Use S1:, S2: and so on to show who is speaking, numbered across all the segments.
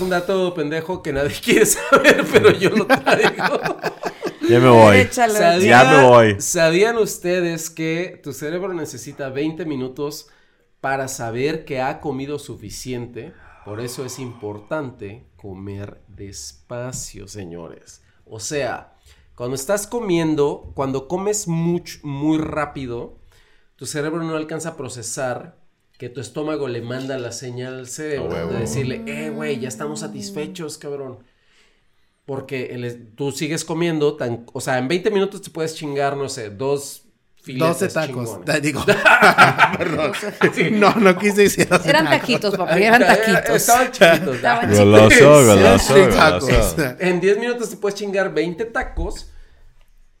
S1: un dato pendejo que nadie quiere saber, pero yo lo traigo.
S2: Ya me voy.
S3: Échalo.
S1: ¿Sabían-
S2: Ya me voy.
S1: ¿Sabían ustedes que tu cerebro necesita 20 minutos para saber que ha comido suficiente? Por eso es importante comer despacio, señores. O sea, cuando estás comiendo, cuando comes mucho, muy rápido, tu cerebro no alcanza a procesar que tu estómago le manda la señal al
S2: A
S1: cerebro
S2: huevo.
S1: de decirle, eh, güey, ya estamos satisfechos, cabrón. Porque el es- tú sigues comiendo, tan, o sea, en 20 minutos te puedes chingar, no sé, dos filetes
S4: 12 tacos.
S1: chingones.
S4: Ta- Digo. Perdón. No, no quise decir 12
S3: Eran
S4: tacos.
S3: taquitos, papá,
S1: Ahí
S3: eran
S1: está, eh,
S3: taquitos.
S1: Estaban chiquitos.
S3: Estaban
S1: ¿verdad?
S2: Goloso,
S1: Sí,
S2: goloso,
S4: Sí, tacos.
S2: goloso.
S1: En 10 minutos te puedes chingar 20 tacos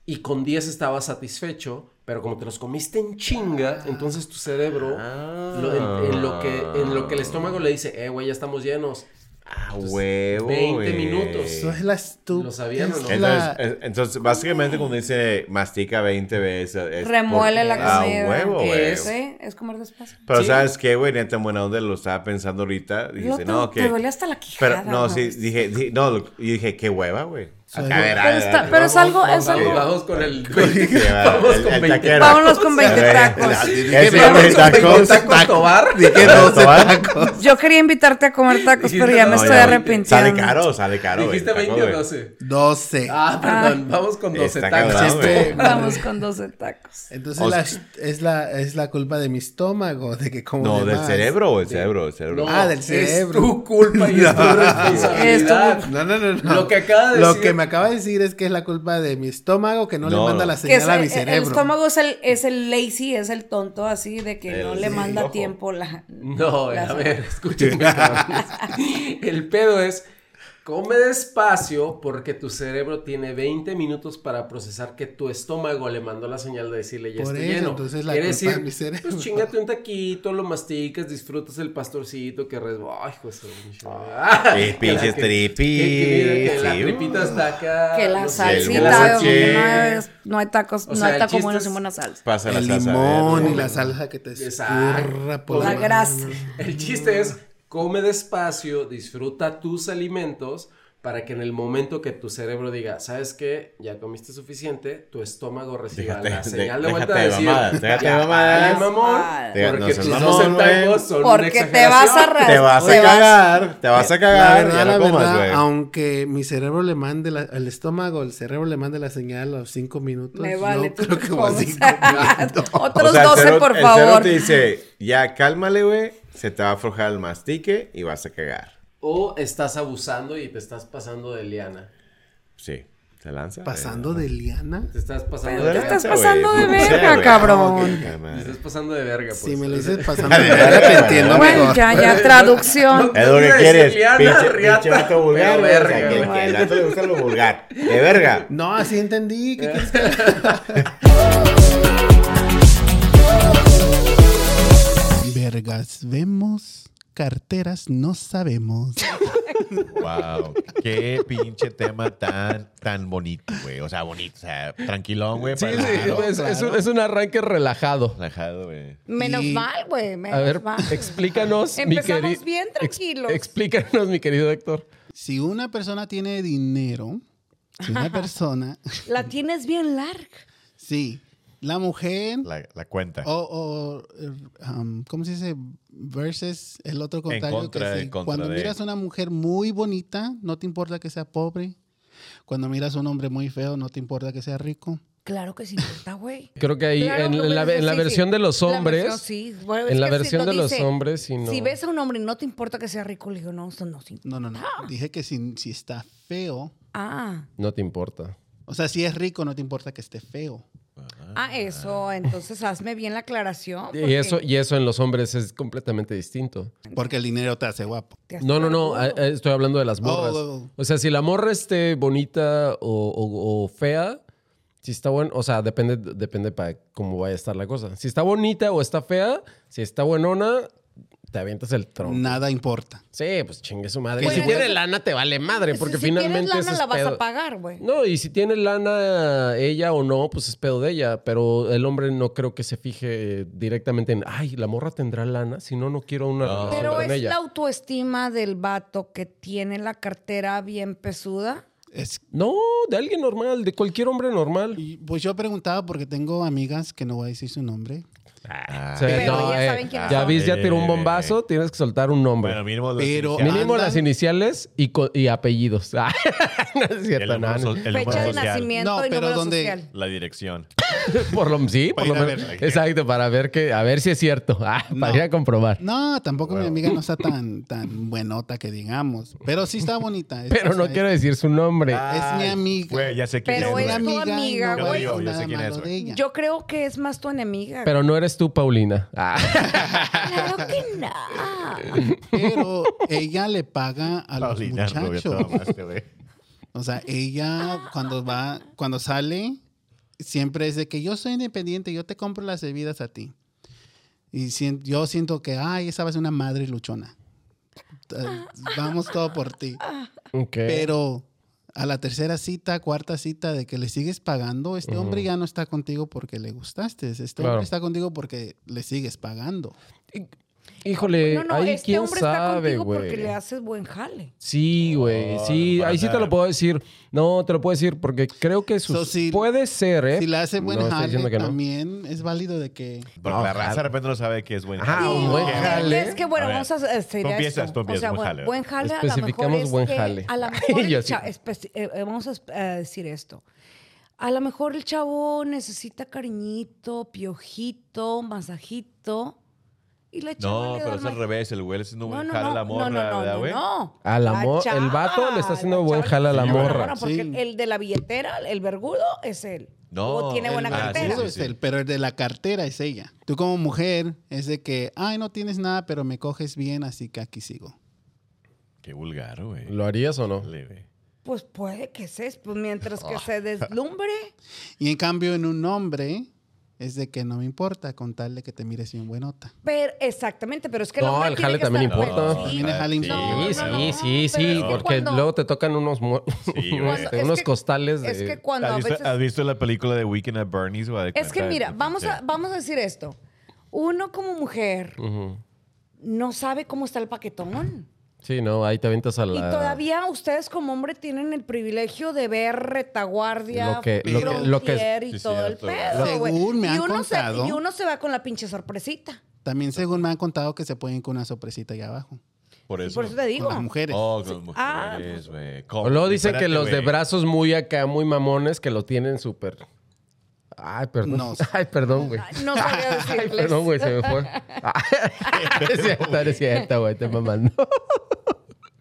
S1: y con 10 estabas satisfecho, pero como te los comiste en
S2: Ah.
S1: chinga, entonces tu cerebro, lo- en, en lo que, en lo que el estómago le dice, eh, güey, ya estamos llenos.
S2: Ah, huevo.
S1: 20
S2: güey.
S1: minutos.
S4: Eso es la estu-
S1: ¿Lo sabían o no?
S4: es la-
S2: Entonces, eh, entonces, básicamente cuando dice mastica 20 veces. es por-
S3: Remuele la
S2: Ah,
S3: comida.
S2: huevo, güey.
S1: Es-
S3: Sí, es comer despacio.
S2: Pero
S1: Sí.
S2: ¿sabes qué, güey? Neta, en buena onda lo estaba pensando ahorita. Y
S3: Yo
S2: dice,
S3: te-
S2: no, que...
S3: te duele hasta la quijada.
S2: Pero, no, sí,
S3: güey.
S2: dije, di- no, lo- y dije, qué hueva, güey. A
S4: Soy-
S2: ver, a ver,
S3: Pero,
S2: a
S3: está-
S2: ver.
S3: pero es algo, es
S1: vamos,
S3: algo.
S1: vamos con el
S2: Sí, va,
S1: vamos
S2: el-
S1: con
S2: el
S1: 20
S2: taquero.
S3: Vámonos con
S2: A
S3: 20
S2: ver,
S3: tacos.
S2: la-
S4: Dije,
S2: ese
S4: "Vamos
S2: güey,
S4: con
S2: tacos,
S4: 20
S1: tacos, Tobar.
S4: Dije 12 tacos.
S3: Yo quería invitarte a comer tacos, pero ya
S1: No,
S3: me estoy
S1: ya,
S3: arrepintiendo.
S2: Sale caro, sale caro, güey.
S1: Dijiste
S2: el
S1: 20
S2: taco,
S1: o
S2: güey.
S1: 12.
S4: 12.
S1: Ah, perdón, vamos con 12
S2: Está
S1: tacos.
S2: cabrón, güey.
S4: Chiste.
S3: Vamos con 12 tacos.
S4: Entonces
S2: O
S4: la- es, la, es la culpa de mi estómago, de que como
S2: No,
S4: de
S2: del
S4: más.
S2: cerebro, el cerebro, el cerebro.
S4: Ah, del cerebro.
S1: Es tu culpa y es tu
S4: No.
S1: responsabilidad.
S4: No, no, no, no.
S1: Lo que acaba de
S4: Lo
S1: decir-
S4: que me acaba de decir es que es la culpa de mi estómago que no,
S2: No,
S4: le manda
S2: no.
S4: la
S3: Que es,
S4: señal a mi
S3: el, el
S4: cerebro.
S3: estómago es el, es el lazy, es el tonto así de que no
S2: El-
S3: le manda
S2: ojo.
S3: a tiempo la.
S1: No,
S3: la-
S1: a ver, escúchame. cabrones. El pedo es, come despacio porque tu cerebro tiene 20 minutos para procesar que tu estómago le mandó la señal de decirle ya
S4: Por
S1: estoy
S4: eso,
S1: lleno.
S4: entonces, la
S1: Quiere
S4: culpa de mi
S1: decir,
S4: cerebro.
S1: pues chingate un taquito, lo masticas, disfrutas el pastorcito que resbala. Ay, José. Ah,
S2: Sí, pinches
S1: que la- que- que- que la
S2: tripis, sí.
S1: tripita está acá.
S3: Que
S1: no
S3: la
S1: sé,
S3: salsita,
S2: guarache.
S3: no es- no hay tacos,
S1: O
S3: no
S1: sea,
S3: hay
S1: el
S3: taco
S1: chiste
S3: bueno
S1: es-
S3: sin buena salsa.
S2: Pasa la
S4: el
S2: salsa
S4: limón
S2: verde.
S4: y la salsa que te escurra
S1: Exacto.
S4: por
S3: La
S4: mano.
S3: grasa.
S1: El chiste es, come despacio, disfruta tus alimentos para que en el momento que tu cerebro diga, ¿sabes qué? Ya comiste suficiente, tu estómago reciba
S2: Déjate-
S1: la señal de,
S2: de-
S1: vuelta
S2: déjate de
S1: decir,
S2: mamadas, déjate de
S1: "Ya,
S2: mamadas".
S1: dale, mamón,
S2: Déjate-
S1: porque
S2: no seas
S1: tus
S2: mamón,
S1: doce
S2: güey.
S1: tacos son una
S3: Porque te vas a
S1: exageración".
S3: arrastrar.
S2: Te vas a
S3: Te vas-
S2: cagar, te vas a
S4: La
S2: cagar.
S4: verdad,
S2: ya
S4: la
S2: no comas,
S4: verdad,
S2: güey.
S4: aunque mi cerebro le mande la- el estómago, el cerebro le mande la señal a los 5
S1: Pues
S4: minutos.
S3: Me vale. pues,
S4: no,
S3: tú
S4: creo
S3: te
S4: que voy a
S3: comes.
S4: cinco minutos.
S2: O
S3: Otros
S2: sea, el
S3: 12,
S2: cerebro- El
S3: por
S2: cerebro
S3: favor.
S2: te dice, ya cálmale, güey. Se te va a aflojar el mastique y vas a cagar.
S1: O estás abusando y te estás pasando de liana.
S2: Sí, se lanza. Eh,
S4: Pasando de liana.
S1: Te estás pasando
S3: Pero
S1: de
S3: te
S1: verga.
S3: estás pasando de
S2: Sí,
S3: verga,
S2: güey.
S3: cabrón.
S2: Puta
S1: Te
S2: madre.
S1: estás pasando de verga, pues.
S4: Si me lo dices pasando de liana, te
S2: eh, Bueno,
S4: entiendo
S3: Bueno,
S4: mejor.
S3: ya, ya, traducción.
S2: Es lo
S1: Iba a
S2: que
S1: decir
S2: quieres.
S1: liana,
S2: Pinche,
S1: riata,
S2: pinche vato
S1: pero
S2: vulgar, güey. O sea,
S1: verga,
S2: que-
S1: güey.
S2: que el vato le gusta lo vulgar. De verga.
S4: No, así entendí.
S2: Eh.
S4: ¿Qué quieres que- Vergas vemos, carteras no sabemos.
S2: Wow, qué pinche tema tan, tan bonito, güey. O sea, bonito, o sea, tranquilón, güey.
S1: Sí,
S2: para
S1: sí,
S2: relajado.
S1: es, es un, es un arranque relajado.
S2: Relajado, güey.
S3: Menos
S4: Y-
S3: mal, güey.
S1: A
S3: Menos
S1: ver,
S3: mal.
S1: explícanos, mi
S3: Empezamos
S1: querido.
S3: bien
S1: ex-
S3: tranquilos.
S1: explícanos, mi querido Héctor.
S4: Si una persona tiene dinero, si una persona,
S3: La tienes bien larga.
S4: sí, la mujer
S2: La, la cuenta.
S1: Oh,
S4: o, o, er, um, ¿cómo se dice? Versus el otro contrario.
S2: contra,
S4: que sí.
S2: en contra
S4: Cuando
S2: de-
S4: miras a una mujer muy bonita, no te importa que sea pobre. Cuando miras a un hombre muy feo, no te importa que sea rico.
S3: Claro que sí, está, güey.
S1: Creo que ahí
S3: Claro,
S1: en,
S3: como
S1: en la,
S3: dices,
S1: en la
S3: sí,
S1: versión
S3: sí.
S1: de los
S3: La
S1: hombres.
S3: versión, sí. Bueno, es
S1: en la
S3: que sí,
S1: versión
S3: lo
S1: de los
S3: dice.
S1: hombres, si no.
S3: Si ves a un hombre y no te importa que sea rico, le digo, no, esto no. sí.
S4: No, no, no. Dije que si, si está feo,
S3: Ah,
S1: No te importa.
S4: o sea, si es rico, no te importa que esté feo.
S3: ah, eso. Entonces hazme bien la aclaración.
S1: Y
S3: porque
S1: eso, y eso en los hombres es completamente distinto.
S4: Porque el dinero te hace guapo.
S3: te has
S1: No, no, no. a-
S3: tardado.
S1: a- Estoy hablando de las morras.
S4: Oh, oh, oh.
S1: O sea, si la morra esté bonita o, o- o fea, si está buena. O sea, depende, depende para cómo vaya a estar la cosa. Si está bonita o está fea, si está buenona, te avientas el tronco.
S4: Nada importa.
S1: Sí, pues chingue su madre.
S3: Pues,
S1: y si
S3: bueno,
S1: tiene lana, te vale madre, porque
S3: si
S1: finalmente.
S3: tienes lana
S1: ese es
S3: la vas
S1: pedo.
S3: a pagar, güey.
S1: No, y si tiene lana ella o no, pues es pedo de ella. Pero el hombre no creo que se fije directamente en, ay, la morra tendrá lana, si no, no quiero una
S2: No.
S1: relación
S3: Pero
S1: con
S3: es
S1: Ah, ella.
S3: la autoestima del vato que tiene la cartera bien pesuda.
S4: Es,
S1: No, de alguien normal, de cualquier hombre normal.
S4: y, pues yo preguntaba porque tengo amigas que no voy a decir su nombre,
S2: Ah,
S1: Sí,
S3: Pero ya saben quiénes
S1: eh, ya
S3: son.
S1: vis, ya tiró un
S2: Eh.
S1: bombazo, tienes que soltar un nombre.
S2: Bueno, mínimo las
S4: Pero-
S2: iniciales.
S1: Mínimo
S4: andan-
S1: las iniciales y, co- y apellidos. Ah, no es
S2: el
S1: cierto, no,
S2: número,
S1: no.
S2: so- el número
S3: fecha de
S2: social,
S3: nacimiento
S4: No,
S3: y
S4: pero
S3: número
S4: ¿dónde?
S3: social.
S2: la dirección.
S1: Por lo, sí, por
S4: Para
S1: lo
S4: ir a
S1: menos.
S4: verla.
S1: Exacto, para ver que, a ver si es cierto. Ah, para
S4: No.
S1: ir a comprobar.
S4: No, tampoco mi amiga no está tan, tan buenota que digamos. Pero sí está bonita. Es-
S1: Pero
S4: o
S1: no
S4: sea,
S1: quiero decir su nombre.
S4: Es mi amiga.
S2: Güey, ya sé quién
S4: es
S3: Pero
S4: mi
S2: es.
S3: es
S2: güey.
S3: tu amiga,
S4: y no voy
S3: güey.
S4: a decir
S2: Yo digo, yo sé
S4: nada
S2: quién es,
S4: malo de
S2: güey.
S4: ella.
S3: Yo creo que es más tu enemiga.
S1: Pero no eres tú, Paulina. Ah,
S3: Claro que no.
S4: Pero ella le paga a los
S2: Paulina, Rubio, te
S4: muchachos.
S2: mamaste, güey.
S4: O sea, ella cuando va, cuando sale, siempre es de que yo soy independiente, yo te compro las bebidas a ti. Y sien- yo siento que, ay, esa va a ser una madre luchona. Eh, Vamos todo por ti.
S1: ok.
S4: Pero a la tercera cita, cuarta cita de que le sigues pagando, este hombre ya no está contigo porque le gustaste. Este
S1: Claro.
S4: hombre está contigo porque le sigues pagando.
S1: Híjole,
S3: No, no,
S1: ahí
S3: este
S1: quién
S3: hombre está
S1: sabe,
S3: contigo
S1: güey.
S3: porque le haces buen jale.
S1: Sí, güey,
S2: No,
S1: sí,
S2: no, para
S1: ahí sí te
S2: nada.
S1: lo puedo decir. No, te lo puedo decir porque creo que sus...
S4: So, si-
S1: puede ser, ¿eh?
S4: Si le hace buen
S1: No estoy
S4: jale,
S1: diciendo que no.
S4: también es válido de que...
S2: Porque
S1: No,
S2: la raza
S1: jale.
S2: de repente no sabe que es buen
S1: Ajá, un buen
S2: Ah, Ok,
S1: jale.
S3: Es que bueno,
S2: A ver,
S3: vamos a este,
S2: tú
S3: ya
S2: empiezas,
S3: eso.
S2: tú empiezas,
S3: O sea,
S2: buen jale.
S3: Buen jale a lo mejor
S1: Especificamos
S3: es
S1: buen
S3: que
S1: jale.
S3: a lo mejor
S1: Yo
S3: el
S1: sí.
S3: cha- especi- eh, eh, vamos a es- a decir esto. A lo mejor el chavo necesita cariñito, piojito, masajito y la chava
S2: No,
S3: le da
S2: pero
S3: el
S2: es al
S3: ma-
S2: revés. El güey es un buen
S3: no,
S2: jale a la
S3: no,
S2: morra,
S3: no, no,
S2: ¿verdad, güey?
S3: No, no.
S1: A la mo-
S3: chava,
S1: el vato le está haciendo
S3: la
S1: buen
S3: chava
S1: jale a la
S3: le está haciendo
S1: morra.
S4: Sí.
S3: Porque el de la billetera, el vergudo, es él.
S2: No,
S3: O tiene
S2: el
S3: buena
S2: Ah, sí,
S3: cartera.
S4: verdugo
S2: sí,
S4: es
S2: sí.
S4: él, pero el de la cartera es ella. Tú como mujer es de que, ay, no tienes nada, pero me coges bien, así que aquí sigo.
S2: Qué vulgar, güey.
S1: ¿Lo harías o no?
S2: Dale, güey.
S3: Pues puede que sea, pues mientras
S2: Ah.
S3: que se deslumbre.
S4: Y en cambio en un hombre es de que no me importa contarle que te mires bien buenota.
S3: Pero, exactamente, pero es que
S1: No,
S3: hombre
S1: el
S3: tiene
S1: jale
S3: que
S1: también
S3: estar-
S1: importa.
S3: pues,
S4: También el jale
S2: Sí,
S4: importa.
S1: Sí,
S2: güey.
S1: sí,
S3: no, no,
S1: sí,
S3: pero es
S1: sí,
S3: que
S1: porque
S3: cuando-
S1: luego te tocan unos mu-
S2: Sí, güey.
S1: unos,
S2: Cuando-
S3: es
S1: unos
S3: que-
S1: costales de...
S3: Es que cuando
S2: ¿Has
S3: a
S2: visto,
S3: veces.
S2: has visto la película de Weekend at Bernie's? güey? De
S3: Es que
S2: cuenta de-
S3: mira, vamos a, vamos a decir esto. Uno como mujer
S1: Ujú.
S3: no sabe cómo está el paquetón.
S1: Sí, no, ahí te aventas a la...
S3: Y todavía ustedes como hombre tienen el privilegio de ver retaguardia,
S1: Lo que- lo
S4: que-
S1: lo que-
S3: frontier y
S2: Sí,
S3: todo el
S2: cierto, güey.
S3: pedo, güey.
S4: Según me
S3: y
S4: han
S3: uno se-
S4: contado.
S3: y uno se va con la pinche sorpresita.
S4: También según me han contado que se pueden con una sorpresita ahí abajo.
S2: Por
S3: Y
S2: eso.
S3: por eso te digo.
S4: Con las mujeres.
S2: Oh, con mujeres,
S3: Ah,
S2: güey.
S1: O luego dicen
S2: Oh, Espérate,
S1: que los de
S2: güey.
S1: brazos muy acá, muy mamones, que lo tienen súper... Ay, perdón.
S4: No.
S1: Ay, perdón, güey.
S3: No sabía decirles.
S1: Ay, perdón, güey, se me fue. es cierto, es cierto, güey, te mamando.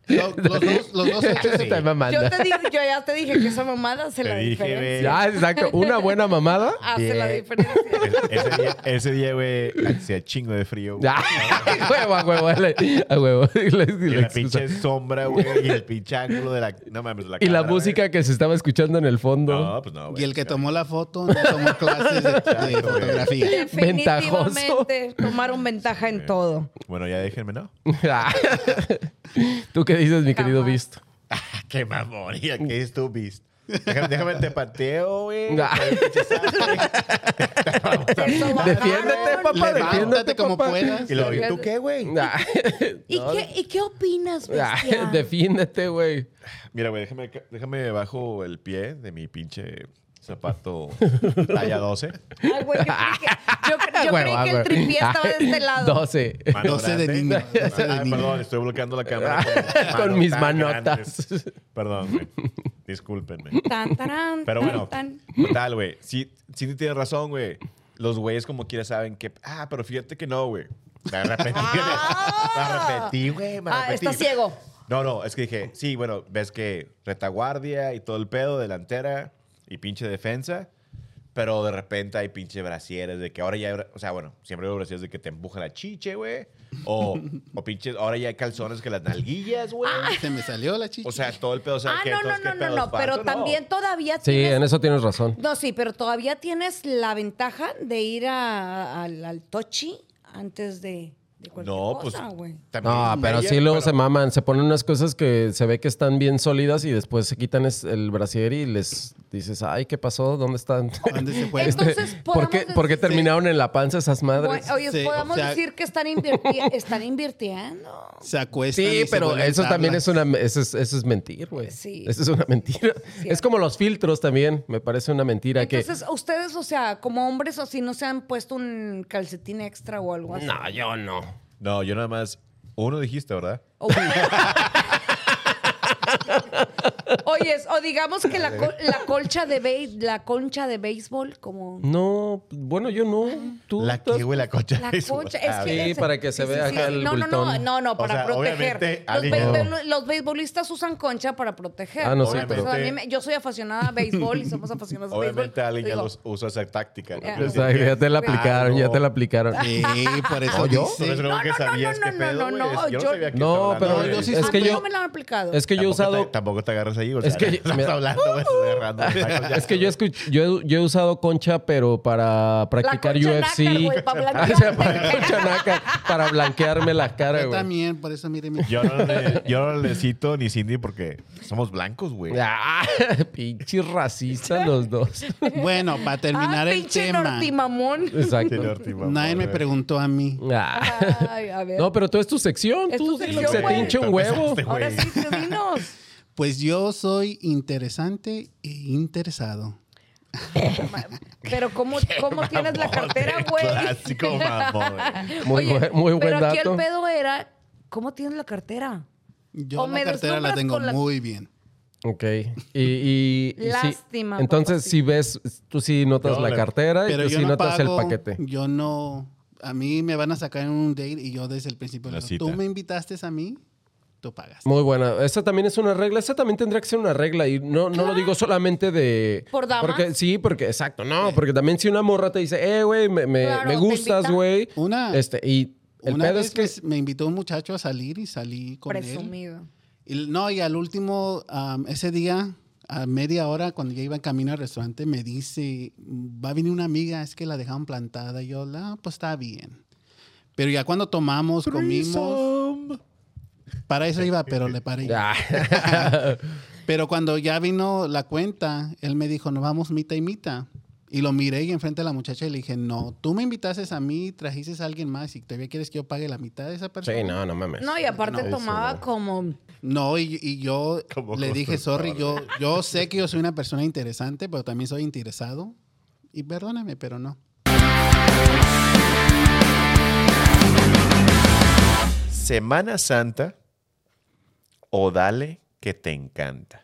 S4: Lo- los, dos, los dos hechos se-
S1: te mamando.
S3: Yo, te dije, yo ya te dije que esa mamada se
S2: Te
S3: la
S2: dije,
S3: diferencia.
S2: güey.
S1: Ya, exacto. Una buena mamada.
S3: Hace la
S1: bien.
S3: diferencia.
S2: Es- Ese día, ese día, güey, hacía chingo de frío. güey.
S1: Ay, huevo, a huevo, le- a huevo. Y la-
S2: Y
S1: y la
S2: la
S1: excusa.
S2: pinche sombra, güey. Y el pinche ángulo de la. No mames, la
S1: Y la
S2: cámara,
S1: música que se estaba escuchando en el
S2: güey.
S1: fondo.
S2: No, pues no,
S4: Y
S2: güey.
S4: el que tomó la foto no tomó clases de, de fotografía.
S1: Ventajoso.
S3: Definitivamente tomaron ventaja en todo.
S2: Bueno, ya déjenme, ¿no?
S1: ¿Tú qué dices, mi querido
S3: Jamás.
S1: Visto?
S4: Ah,
S2: Qué mamoría, qué estúpido. Uh. Déjame, déjame te pateo, güey.
S1: Ah.
S3: Eso bajaron.
S1: Defiéndete, papá, defiéndete
S4: Levántate como
S1: papá.
S4: puedas.
S2: Y luego, ¿y tú qué, güey?
S1: Nah.
S3: ¿Y, qué, ¿Y qué opinas,
S2: Ah,
S1: Nah,
S3: bestia?
S1: Defiéndete, güey.
S2: Mira, güey, déjame, déjame bajo el pie de mi pinche zapato talla 12.
S3: Ay, güey, yo creí que, yo, cre- yo
S1: Huevo,
S3: creí
S1: a
S3: que el
S1: huevo.
S3: tripié
S2: Ah,
S3: estaba de este lado.
S1: 12.
S2: Mano
S4: 12 de
S2: grande.
S4: niño, 12 de
S2: Ah,
S4: niño.
S2: Perdón, estoy bloqueando la cámara con,
S1: Con mis
S2: tan
S1: manotas.
S2: grandes. Perdón, güey. Discúlpenme.
S3: Tan, tarán,
S2: Pero
S3: tan,
S2: bueno,
S3: tan.
S2: total, güey. Sí, sí tienes razón, güey. Los güeyes como quiera saben que... Ah, pero fíjate que no, güey. Me repetí, güey. Me repetí, güey. Me
S3: Ah,
S2: repetí.
S3: está ciego.
S2: No, no, es que dije, sí, bueno, ves que retaguardia y todo el pedo, delantera y pinche defensa, pero de repente hay pinche brasieres de que ahora ya, hay bra- o sea, bueno, siempre hay brasieres de que te empuja la chiche, güey, o, o pinches, ahora ya hay calzones que las nalguillas, güey.
S4: Se me salió la chicha.
S2: O sea, todo el pedo, o sea,
S3: Ah,
S2: que
S3: no, no,
S2: entonces,
S3: no,
S2: ¿qué
S3: no,
S2: pedo?
S3: no, pero
S2: ¿Espanto? No.
S3: también todavía
S1: Sí,
S3: tienes...
S1: en eso tienes razón.
S3: No, sí, pero todavía tienes la ventaja de ir a- al, al tochi antes de de cualquier
S2: No, pues.
S3: cosa, güey.
S2: también
S1: No, pero
S2: Meyer,
S1: sí luego
S2: pero-
S1: se maman, se ponen unas cosas que se ve que están bien sólidas y después se quitan es- el brasier y les dices, ay, ¿qué pasó? ¿Dónde están?
S4: ¿Dónde se fue?
S3: Entonces,
S1: ¿Por
S3: podemos
S1: qué, por qué
S3: decir-
S1: terminaron en la panza esas madres?
S3: Bueno, Oye,
S4: Sí,
S3: podemos
S4: o sea-
S3: decir que están, invirti- están invirtiendo.
S4: se acuestan. y
S1: Sí,
S4: se
S1: pero
S4: vuelven
S1: eso también
S4: tablas.
S1: es una eso es, eso es mentir, güey.
S3: Sí.
S1: Eso es una mentira. Es como los filtros también, me parece una mentira
S3: Entonces, ustedes, o sea, como hombres, o si no se han puesto un calcetín extra o algo
S1: que
S3: así.
S1: No, yo no.
S2: No, yo nada más. Uno dijiste, ¿verdad?
S3: O- Oye, o digamos que la, col- la colcha de béis- la concha de béisbol, como
S1: No, bueno, yo no. Tú
S2: La
S1: tú has-
S2: que, güey, la concha.
S3: la
S2: de su-
S3: concha,
S2: Ah,
S3: es que
S1: Sí,
S3: ese-
S1: para que se vea acá el
S3: no, no, no,
S1: bultón.
S3: no, no,
S2: O
S3: para
S2: sea, obviamente,
S3: proteger. Los,
S2: alguien-
S3: beisbol- los beisbolistas usan concha para proteger.
S1: Ah, no sé,
S3: Obviamente.
S2: pero-
S3: A mí me- yo soy aficionada a béisbol y somos aficionados a béisbol.
S2: Obviamente alguien ya
S3: Digo,
S2: los usa esa táctica. ¿no? Pues,
S3: Ya.
S2: Pero
S1: O
S2: sí
S1: sea,
S2: que-
S1: ya te la aplicaron,
S2: Ah,
S1: ya
S2: no.
S1: te la aplicaron.
S4: Sí, por eso
S2: ¿Yo?
S4: dice-
S2: No,
S3: No, no, no,
S2: Pues, sabías
S3: no,
S2: qué
S3: no,
S2: pedo,
S3: no,
S2: güey.
S3: no,
S2: Yo no
S3: yo-
S2: sabía que
S1: No,
S2: estaba hablando
S1: pero
S2: de-
S4: yo sí
S1: es
S3: a
S1: que
S3: mí
S1: yo-
S3: Ah, no me la han aplicado. Ah,
S1: Es que yo he
S2: Tampoco te-
S1: usado
S2: tampoco te agarras ahí, o sea,
S1: Es que-
S2: estamos
S1: mira.
S2: hablando, güey, estás agarrando de la concha.
S1: Es que yo, escuch- yo, he- yo he usado concha, pero para practicar
S3: concha
S1: UFC.
S3: nácar, güey, pa'
S1: Ay, o sea,
S3: blanquearte.
S1: para concha nácar, para blanquearme la cara,
S4: Yo
S1: güey.
S4: también, por eso mire mi.
S2: Yo no, le, yo no le cito ni Cindy porque somos blancos, güey.
S1: Ah, pinche racista los dos.
S4: Bueno, para terminar
S3: ah,
S4: el
S3: pinche
S4: tema.
S3: nortimamón.
S1: Exacto.
S2: Señor Timón,
S4: Nadie me
S2: güey.
S4: preguntó a mí.
S1: Ah.
S3: Ay, a ver.
S1: No, pero tú es tu sección.
S3: Es
S1: tú
S3: tu
S1: di lo
S3: sección,
S1: que se
S3: güey.
S1: te hincha un huevo.
S2: Empezaste, güey.
S3: Ahora sí, tú dinos.
S4: Pues yo soy interesante e interesado.
S3: Pero ¿cómo, cómo tienes la cartera, güey?
S2: Clásico, mamón, güey.
S1: Muy buen- muy buen
S3: pero aquí
S1: dato.
S3: el pedo era, ¿cómo tienes la cartera?
S4: Yo
S3: O me
S4: la cartera
S3: deslumbras
S4: la tengo
S3: con la-
S4: muy bien.
S1: Ok. Y, y- y sí.
S3: Lástima,
S1: Entonces,
S3: papacito.
S1: si ves, tú sí notas
S2: Yo
S1: la
S2: le-
S1: cartera y
S4: Pero
S1: tú
S4: yo
S1: sí
S4: no
S1: notas
S4: pago,
S1: el paquete.
S4: Yo no. A mí me van a sacar en un date y yo desde el principio.
S2: La
S4: le digo, Tú
S2: cita.
S4: me invitaste a mí, tú pagas.
S1: Muy buena. Esa también es una regla. Esa también tendría que ser una regla. Y no, no lo digo solamente de.
S3: ¿Por damas?
S1: Porque, sí, porque, exacto. No, porque también si una morra te dice, eh, güey, me, me-
S3: Claro,
S1: me
S3: te
S1: gustas,
S3: invita.
S1: güey.
S4: Una-
S1: Este, y el
S4: Una
S1: pedo
S4: vez
S1: es que.
S4: me- me invitó un muchacho a salir y salí con él.
S3: Presumido.
S4: Y, no, y al último, am, ese día, a media hora, cuando ya iba en camino al restaurante, me dice, "Mm, va a venir una amiga, es que la dejaron plantada. Y yo, "Ah, pues está bien. Pero ya cuando tomamos, comimos, para eso iba, pero le paré.
S1: Ah.
S4: Pero cuando ya vino la cuenta, él me dijo, no vamos mitad y mitad. Y lo miré y enfrente a la muchacha y le dije, no, tú me invitaste a mí, trajiste a alguien más y todavía quieres que yo pague la mitad de esa persona.
S1: Pues sí, no, no mames.
S3: No, y aparte
S1: No,
S3: tomaba
S1: eso
S3: como...
S4: No, y, y yo
S2: Como
S4: le dije, sorry, yo,
S2: constructor.
S4: yo sé que yo soy una persona interesante, pero también soy interesado. Y perdóname, pero no.
S2: Semana Santa o dale que te encanta.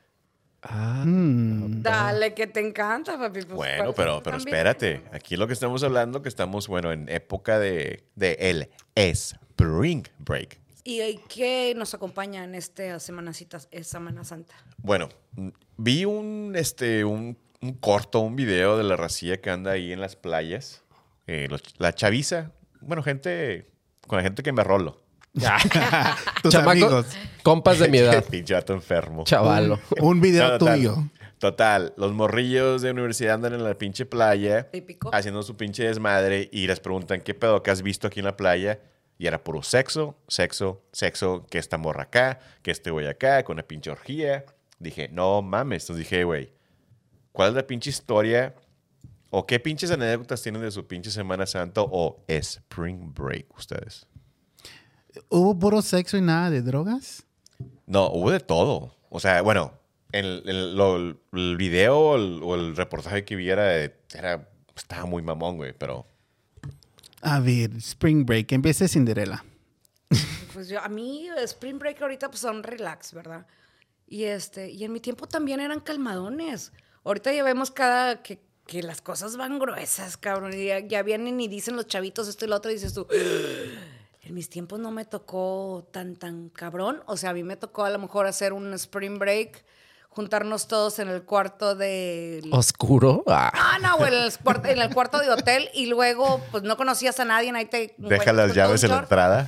S3: Dale, que te encanta, papi. pues,
S2: Bueno,
S3: para
S2: pero,
S3: eso
S2: pero
S3: también.
S2: espérate. Aquí lo que estamos hablando, que estamos, bueno, en época de, de el Spring Break.
S3: ¿Y y qué nos acompaña en esta Semana, eh, semana Santa?
S2: Bueno, mm, vi un, este, un, un corto, un video de la racilla que anda ahí en las playas. Eh, los- la chaviza, bueno, gente, con la gente que me rolo.
S4: Tus
S1: Chamaco-
S4: amigos.
S1: Compas de mi edad.
S2: Pinche vato enfermo.
S1: Chavalo.
S4: Un video
S2: No, total,
S4: tuyo.
S2: Total, los morrillos de universidad andan en la pinche playa
S3: Típico.
S2: haciendo su pinche desmadre y les preguntan qué pedo que has visto aquí en la playa. Y era puro sexo, sexo, sexo, que esta morra acá, que este güey acá, con una pinche orgía. Dije, no mames. Entonces dije, güey, ¿cuál es la pinche historia o qué pinches anécdotas tienen de su pinche Semana Santa o Spring Break ustedes?
S4: ¿Hubo puro sexo y nada de drogas?
S2: No, hubo de todo. O sea, bueno, el, el- lo- el video o el, o el reportaje que vi era, de- era- estaba muy mamón, güey, pero
S4: A ver, Spring Break, empiece Cinderella.
S3: Pues yo, a mí Spring Break ahorita pues son relax, ¿verdad? Y este, y en mi tiempo también eran calmadones. Ahorita ya vemos cada que, que las cosas van gruesas, cabrón. Y ya, ya vienen y dicen los chavitos esto y lo otro, y dices tú. "Ah, En mis tiempos no me tocó tan tan cabrón. O sea, a mí me tocó a lo mejor hacer un spring break, juntarnos todos en el cuarto de
S1: Oscuro. Ah.
S3: Ah, no, güey, en el, cuart- en el cuarto de hotel y luego, pues no conocías a nadie, ahí te.
S2: deja las llaves en la entrada.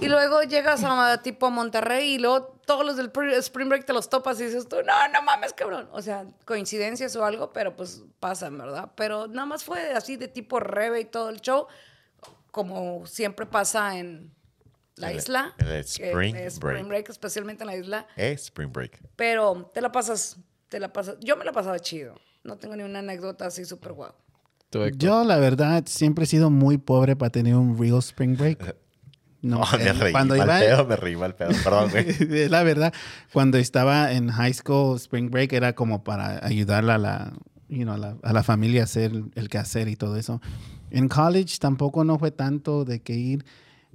S3: Y luego llegas a tipo a Monterrey y luego todos los del pr- Spring Break te los topas y dices tú, no, no mames, cabrón. O sea, coincidencias o algo, pero pues pasan, ¿verdad? Pero nada más fue así de tipo rebe y todo el show, como siempre pasa en, la
S2: El-
S3: isla.
S2: el
S3: que
S2: Spring
S3: es
S2: Break.
S3: Spring Break, especialmente en la isla.
S2: Eh, Spring Break.
S3: Pero te la pasas, te la pasas. Yo me la pasaba chido. No tengo ni una anécdota así súper guau.
S1: Tú, Héctor.
S4: Yo, la verdad, siempre he sido muy pobre para tener un real spring break. No,
S2: Oh, me
S4: eh,
S2: reí
S4: cuando
S2: mal
S4: iba,
S2: pedo, me reí mal pedo. Perdón, güey.
S4: es la verdad, cuando estaba en high school, spring break era como para ayudarla a la, you know, a la, a la familia a hacer el quehacer y todo eso. En college tampoco no fue tanto de que ir.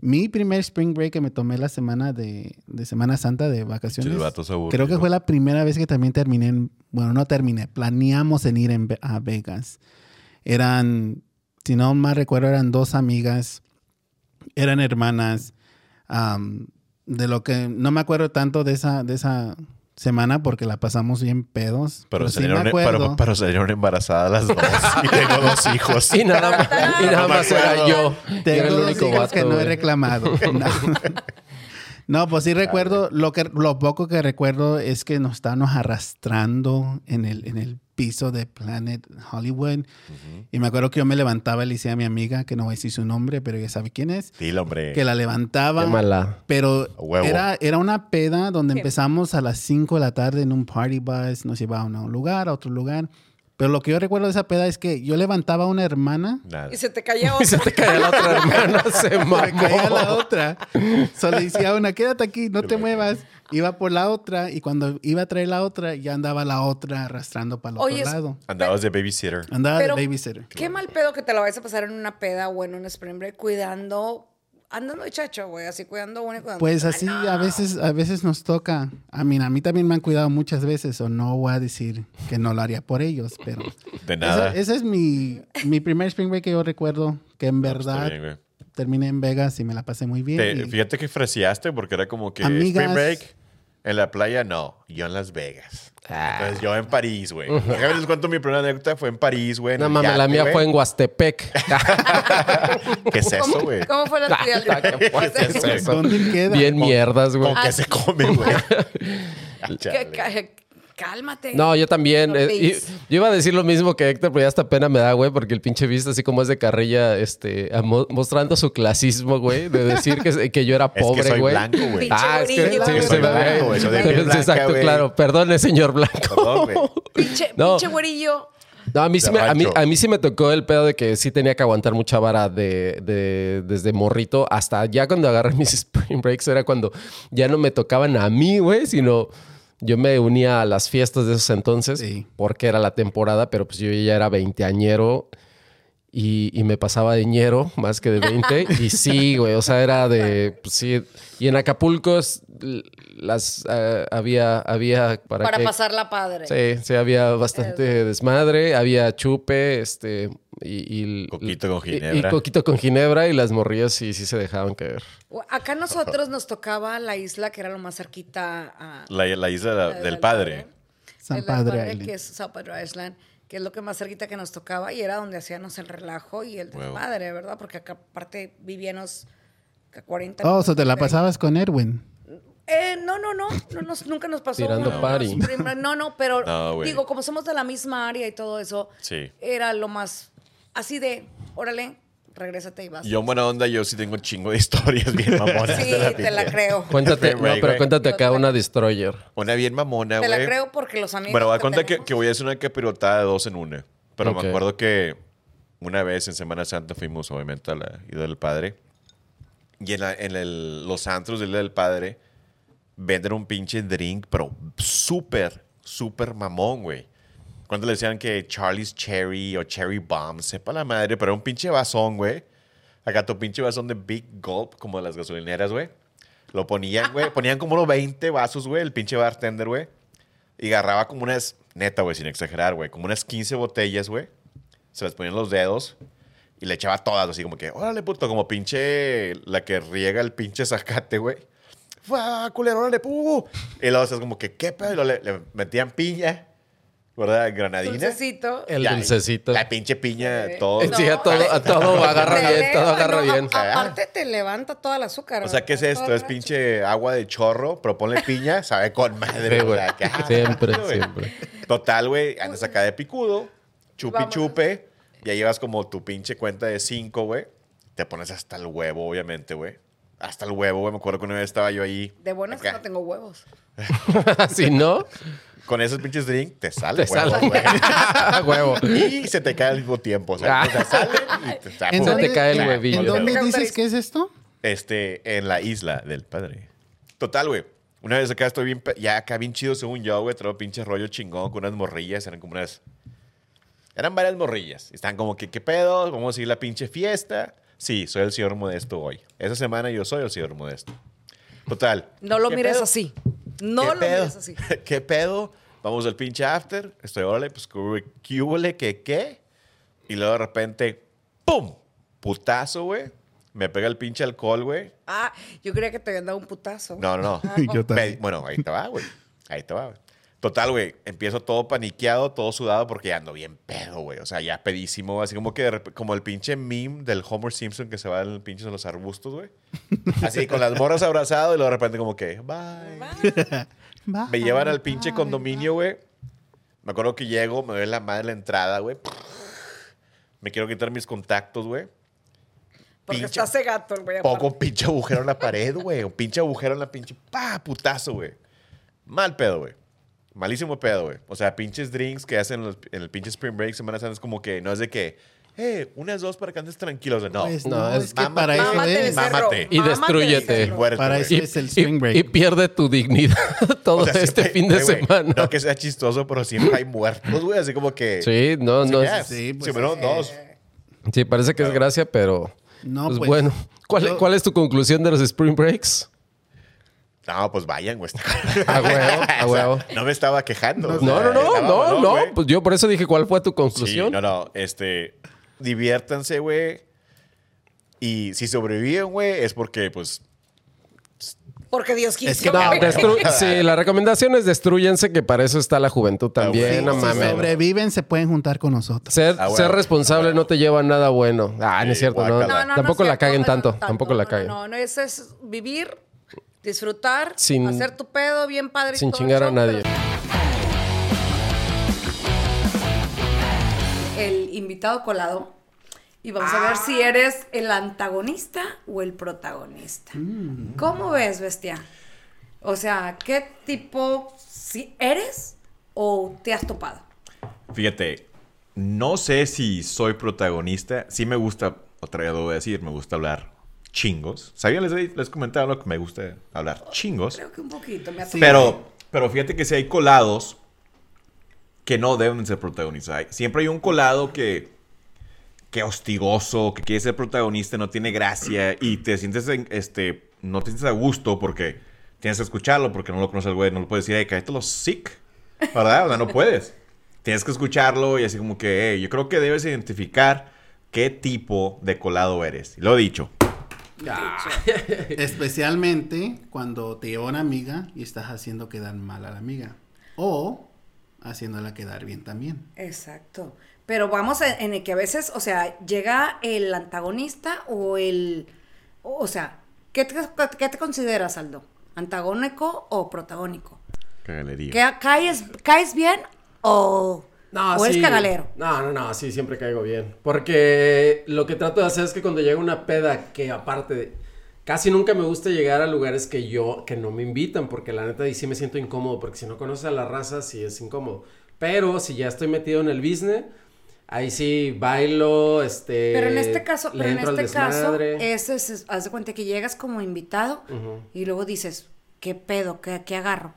S4: Mi primer spring break que me tomé la semana de, de Semana Santa de vacaciones.
S2: Chis, vatos
S4: Creo que
S2: aburridos.
S4: fue la primera vez que también terminé, en- bueno, no terminé, planeamos en ir en Ve- a Vegas. Eran, si no mal recuerdo, eran dos amigas, eran hermanas. am, de lo que no me acuerdo tanto de esa, de esa semana porque la pasamos bien pedos.
S2: Pero,
S4: Pues sí
S2: salieron,
S4: me
S2: pero,
S4: acuerdo.
S2: pero salieron embarazadas las dos. y tengo dos hijos.
S1: Y nada más, y nada
S2: No me
S1: más era
S2: acuerdo.
S1: yo. Yo
S4: Tengo
S1: era el
S4: dos
S1: único
S4: hijos
S1: vato,
S4: que no he
S1: güey.
S4: reclamado. No. No, pues sí recuerdo, lo, que, lo poco que recuerdo es que nos estábamos arrastrando en el, en el piso de Planet Hollywood. Y me acuerdo que yo me levantaba y le decía a mi amiga, que no voy a decir su nombre, pero ya sabe quién es,
S2: Dile, hombre.
S4: que la levantaba.
S1: Qué mala.
S4: Pero
S2: A huevo.
S4: era, era una peda donde empezamos a las 5 de la tarde en un party bus, nos llevaba a un lugar, a otro lugar. Pero lo que yo recuerdo de esa peda es que yo levantaba a una hermana
S2: Nada.
S3: Y se te cayó
S1: Y se te cae la otra hermana, se
S4: me caía la
S1: mamó.
S4: otra. Solo decía a una, quédate aquí, no te muevas. Iba por la otra y cuando iba a traer la otra, ya andaba la otra arrastrando para el otro
S3: Oye, es-
S4: lado.
S2: Andabas de babysitter.
S4: Andaba
S3: pero-
S4: de babysitter.
S3: Qué mal pedo que te la vayas a pasar en una peda o en un spring break cuidando, andando de chacho, güey, así cuidando uno y cuidando.
S4: Pues
S3: otro.
S4: así
S3: Ay,
S4: a veces a veces nos toca. A mí, a mí también me han cuidado muchas veces, o no voy a decir que no lo haría por ellos, pero
S2: De
S4: esa-
S2: nada.
S4: ese es mi, mi primer spring break que yo recuerdo, que en
S2: No, pues, está
S4: verdad
S2: bien, güey.
S4: terminé en Vegas y me la pasé muy bien.
S2: Te-
S4: y-
S2: fíjate que freseaste porque era como que
S4: Amigas.
S2: Spring Break en la playa, no. Yo en Las Vegas.
S4: Ah.
S2: Entonces yo en París, güey. Déjame les cuento mi primera anécdota. Fue en París, güey. en
S1: No
S2: el
S1: mames, la
S2: yate,
S1: mía
S2: güey. Ah,
S1: fue en Huastepec.
S2: ¿Qué es
S3: ¿Cómo,
S2: eso, güey?
S3: ¿Cómo fue la tuya?
S1: ¿Qué fue eso?
S4: ¿Dónde queda?
S1: Bien mierdas, güey.
S2: ¿Con
S3: Ah.
S2: qué se come, güey? Ah,
S3: Que-
S2: Chale.
S3: ca- Cálmate.
S1: No, yo también.
S3: No,
S1: eh, y-
S3: please.
S1: yo iba a decir lo mismo que Héctor, pero ya hasta pena me da, güey, porque el pinche vista, así como es de carrilla, este, a mo- mostrando su clasismo, güey, de decir que, que yo era
S2: que
S1: pobre,
S2: soy
S1: güey.
S2: blanco, güey.
S1: Ah, es que,
S3: Pinche
S1: sí,
S3: güerillo.
S1: se me
S2: Soy
S1: ve.
S2: blanco, güey, soy de piel
S1: Entonces,
S2: blanca,
S1: Exacto,
S2: güey.
S1: claro. Perdone, señor blanco.
S2: Perdón, güey.
S3: Pinche,
S1: No.
S3: pinche güerillo.
S1: No, a mí, sí
S2: De
S1: me, a, mí,
S2: rancho.
S1: a mí sí me tocó el pedo de que sí tenía que aguantar mucha vara de, de- desde morrito hasta ya cuando agarré mis spring breaks era cuando ya no me tocaban a mí, güey, sino yo me unía a las fiestas de esos entonces
S4: Sí.
S1: porque era la temporada, pero pues yo ya era veinteañero y, y me pasaba de ñero más que de 20. y sí, güey, o sea, era de... pues, sí. Y en Acapulco es- las, eh, había, había... Para,
S3: Para
S1: que-
S3: pasarla padre.
S1: Sí, sí, había bastante desmadre, había chupe, este, y... y-
S2: Coquito con
S1: y- Y,
S2: ginebra.
S1: coquito con ginebra y las morrillas sí, sí se dejaban caer.
S3: Acá nosotros nos tocaba la isla que era lo más cerquita a,
S2: La, la isla
S3: la
S2: del padre.
S4: San
S3: El
S4: Padre
S3: Padre,
S4: Island.
S3: Que es San Padre Island, que es lo que más cerquita que nos tocaba y era donde hacíamos el relajo y el
S2: Huevo.
S3: desmadre, ¿verdad? Porque acá aparte vivíamos a 40
S4: Oh, so te
S3: minutos
S4: la
S3: de ahí.
S4: pasabas con Erwin.
S3: Eh, no, no, no, no nos- nunca nos pasó.
S1: Tirando
S3: uno,
S1: party.
S3: nos prima- no, no, pero
S2: No, güey.
S3: digo, como somos de la misma área y todo eso,
S2: Sí.
S3: era lo más así de, órale, regrésate y vas.
S2: Yo, en buena onda, yo sí tengo un chingo de historias bien mamonas.
S3: sí,
S2: de la
S3: te la
S2: vida.
S3: creo.
S1: Cuéntate,
S2: Spring break,
S1: no, pero
S2: güey.
S1: cuéntate
S3: Yo
S1: acá
S3: te-
S1: una destroyer.
S2: Una bien mamona,
S3: Te
S2: güey.
S3: la creo porque los amigos.
S2: Bueno, voy a
S3: que
S2: contar que,
S3: tenemos-
S2: que voy a hacer una capirotada de dos en una. Pero
S1: Ok.
S2: me acuerdo que una vez en Semana Santa fuimos, obviamente, a la Isla del Padre. Y en, la- en el- los antros de la Isla del Padre venden un pinche drink, pero súper, súper mamón, güey. Cuando le decían que Charlie's Cherry o Cherry Bomb, sepa la madre, pero era un pinche vasón, güey. Acá tu pinche vasón de Big Gulp, como de las gasolineras, güey. Lo ponían, güey. Ponían como unos 20 vasos, güey, el pinche bartender, güey. Y agarraba como unas, neta, güey, sin exagerar, güey, como unas 15 botellas, güey. Se las ponía en los dedos y le echaba todas, así como que, órale, puto, como pinche, la que riega el pinche zacate, güey. ¡Fua, culero, órale, pu! Y luego, o sea, es como que, ¿qué pedo? Y luego le, le metían piña, ¿verdad? Granadina.
S3: Dulcecito.
S1: El
S2: Ya,
S1: dulcecito.
S2: La pinche piña,
S3: Eh,
S2: todo.
S1: Sí, a todo, a todo agarra
S3: Te
S1: bien, todo
S3: eleva,
S1: agarra
S3: no, a-
S1: bien.
S3: Aparte te levanta todo el azúcar.
S2: O sea, ¿qué es
S3: ¿verdad?
S2: esto?
S3: Todo
S2: Es
S3: el
S2: pinche agua de chorro, pero ponle piña, sabe con madre.
S1: Sí,
S2: o
S1: güey.
S2: sea, que, ah,
S1: Siempre,
S2: güey.
S1: siempre.
S2: Total, güey, andas acá de picudo, chupi
S3: Vámonos.
S2: chupe, ya llevas como tu pinche cuenta de cinco, güey. Te pones hasta el huevo, obviamente, güey. hasta el huevo, güey. Me acuerdo que una vez estaba yo ahí.
S3: De buenas que
S2: acá.
S3: no tengo huevos.
S1: si no,
S2: Con esos pinches drink te sale,
S1: te sale. A huevo.
S2: Y se te cae al mismo tiempo. O sea,
S1: Ah.
S2: o sea, sale y te está-
S4: ¿En
S1: Se
S4: dónde-
S1: te cae el
S2: Ah, pues, Claro,
S1: huevillo.
S4: ¿En
S2: claro.
S4: dónde
S3: Pero-
S4: dices que es esto?
S2: Este, en la isla del padre. Total, güey. Una vez acá estoy bien, pe- ya acá bien chido según yo, güey. Traigo pinche rollo chingón con unas morrillas. Eran como unas... Eran varias morrillas. Están como que, ¿qué pedo? Vamos a ir a la pinche fiesta. Sí, soy el señor modesto hoy. Esa semana yo soy el señor modesto. Total.
S3: No lo
S2: ¿qué
S3: mires
S2: pedo?
S3: así. No
S2: ¿Qué
S3: lo
S2: pedo?
S3: mires así.
S2: ¿Qué pedo? Vamos al pinche after. Estoy, órale, pues, ¿qué hubo- ¿qué hubole? ¿Qué qué? Y luego de repente, ¡pum! Putazo, güey. Me pega el pinche alcohol, güey.
S3: Ah, yo creía que te habían dado un putazo.
S2: No, no,
S3: ah,
S2: no.
S4: Yo
S2: Me-
S4: también.
S2: bueno, ahí te va, güey. Ahí te va, güey. Total, güey. Empiezo todo paniqueado, todo sudado, porque ya ando bien pedo, güey. O sea, ya pedísimo. Así como que, de rep- como el pinche meme del Homer Simpson que se va en pinches en los arbustos, güey. Así, con las morras abrazado y luego de repente como que, bye. Me llevan al
S3: Ah,
S2: pinche condominio, güey. Me acuerdo que llego, me doy la madre en la entrada, güey. Me quiero quitar mis contactos, güey.
S3: Porque
S2: pinche-
S3: está ese gato, el güey.
S2: Poco
S3: aparte.
S2: un pinche agujero en la pared, güey. Un pinche agujero en la pinche. ¡Pa! Putazo, güey. Mal pedo, güey. Malísimo pedo, güey. O sea, pinches drinks que hacen los- en el pinche Spring Break semanas antes, como que no es de que, eh, unas dos para que andes tranquilos. No.
S4: Pues
S1: No,
S4: no,
S1: es-
S4: es que
S2: Mámate,
S4: para eso
S3: Mámate,
S4: es.
S2: Mamá,
S3: becerro.
S2: Mámate.
S1: Y
S3: Mámate,
S1: destruyete.
S2: Y
S3: becerro.
S2: muérete,
S4: Para
S2: güey.
S4: eso es el spring break.
S1: y pierde tu dignidad todo
S2: O sea,
S1: este
S2: siempre-
S1: fin de
S2: eh, güey,
S1: semana.
S2: No que sea chistoso, pero siempre hay muertos, güey. Así como que.
S1: Sí, no, no.
S2: ya,
S1: Sí,
S4: sí, pues,
S2: se murieron dos.
S1: parece que es gracia, pero.
S4: No,
S1: pues,
S4: pues,
S1: bueno. ¿Cuál,
S4: yo-
S1: cuál es tu conclusión de los Spring Breaks?
S2: No, pues vayan, güey.
S1: A huevo, a huevo.
S2: No me estaba quejando. o
S1: No,
S2: sea,
S1: no, no,
S2: estaba
S1: no,
S2: mamón,
S1: no.
S2: eh, güey.
S1: Pues yo por eso dije cuál fue tu
S2: Sí,
S1: conclusión.
S2: no, no. Este, diviértanse, güey. Y si sobreviven, güey, es porque, pues,
S3: Porque Dios quiso.
S4: Es que
S1: No,
S4: Ah, bueno.
S1: destru- sí, la recomendación es destruyense, que para eso está la juventud también,
S2: Ah, bueno.
S1: no
S4: si
S1: mames.
S4: sobreviven, se pueden juntar con nosotros.
S1: Ser,
S2: Ah, bueno.
S1: ser responsable no te lleva a nada bueno. Ah, no es
S2: Sí,
S1: cierto, no.
S2: guácala. No,
S1: tampoco
S3: es
S1: la
S3: cierto,
S1: caguen
S3: no,
S1: tanto,
S3: no,
S1: tampoco la
S3: no,
S1: caguen.
S3: No, no, eso es vivir, disfrutar,
S1: Sin-
S3: hacer tu pedo bien padre. y
S1: Sin
S3: todo el
S1: chingar a
S3: show, pero
S1: nadie.
S3: el invitado colado y vamos a ver si eres el antagonista o el protagonista. ¿Cómo ves, bestia? O sea, ¿qué tipo si eres o te has topado?
S5: Fíjate, no sé si soy protagonista. Sí me gusta, otra vez lo voy a decir, me gusta hablar chingos. ¿Sabían? Les, he- les comentaba lo que me gusta hablar chingos.
S3: Creo que un poquito me ha tocado.
S5: Pero, pero fíjate que si hay colados que no deben ser protagonistas. Hay- Siempre hay un colado que, que hostigoso, que quiere ser protagonista, no tiene gracia y te sientes, en- este, no te sientes a gusto porque tienes que escucharlo porque no lo conoces al güey, no lo puedes decir, ay, cállate los sick, ¿verdad? O sea, no puedes. Tienes que escucharlo y así como que, "Ey, yo creo que debes identificar qué tipo de colado eres. Lo he dicho.
S3: Ah.
S4: Especialmente cuando te lleva una amiga y estás haciendo quedar mal a la amiga. O haciéndola quedar bien también.
S3: Exacto. Pero vamos a- en el que a veces, o sea, llega el antagonista o el... O o sea, ¿qué te, qué te consideras, Aldo? ¿Antagónico o protagónico?
S5: Qué galería.
S3: ¿Que caes, caes bien o, o eres
S6: sí.
S3: canalero?
S6: No, no, no, sí, siempre caigo bien. Porque lo que trato de hacer es que cuando llega una peda, que aparte de- Casi nunca me gusta llegar a lugares que yo, que no me invitan, porque la neta ahí sí me siento incómodo, porque si no conoces a la raza, sí es incómodo. Pero si ya estoy metido en el business, ahí sí bailo, este...
S3: Pero en este caso,
S6: le
S3: pero en
S6: entro al
S3: este caso,
S6: desmadre.
S3: ese es, es- haz de cuenta que llegas como invitado y luego dices, ¿qué pedo? ¿Qué, qué agarro?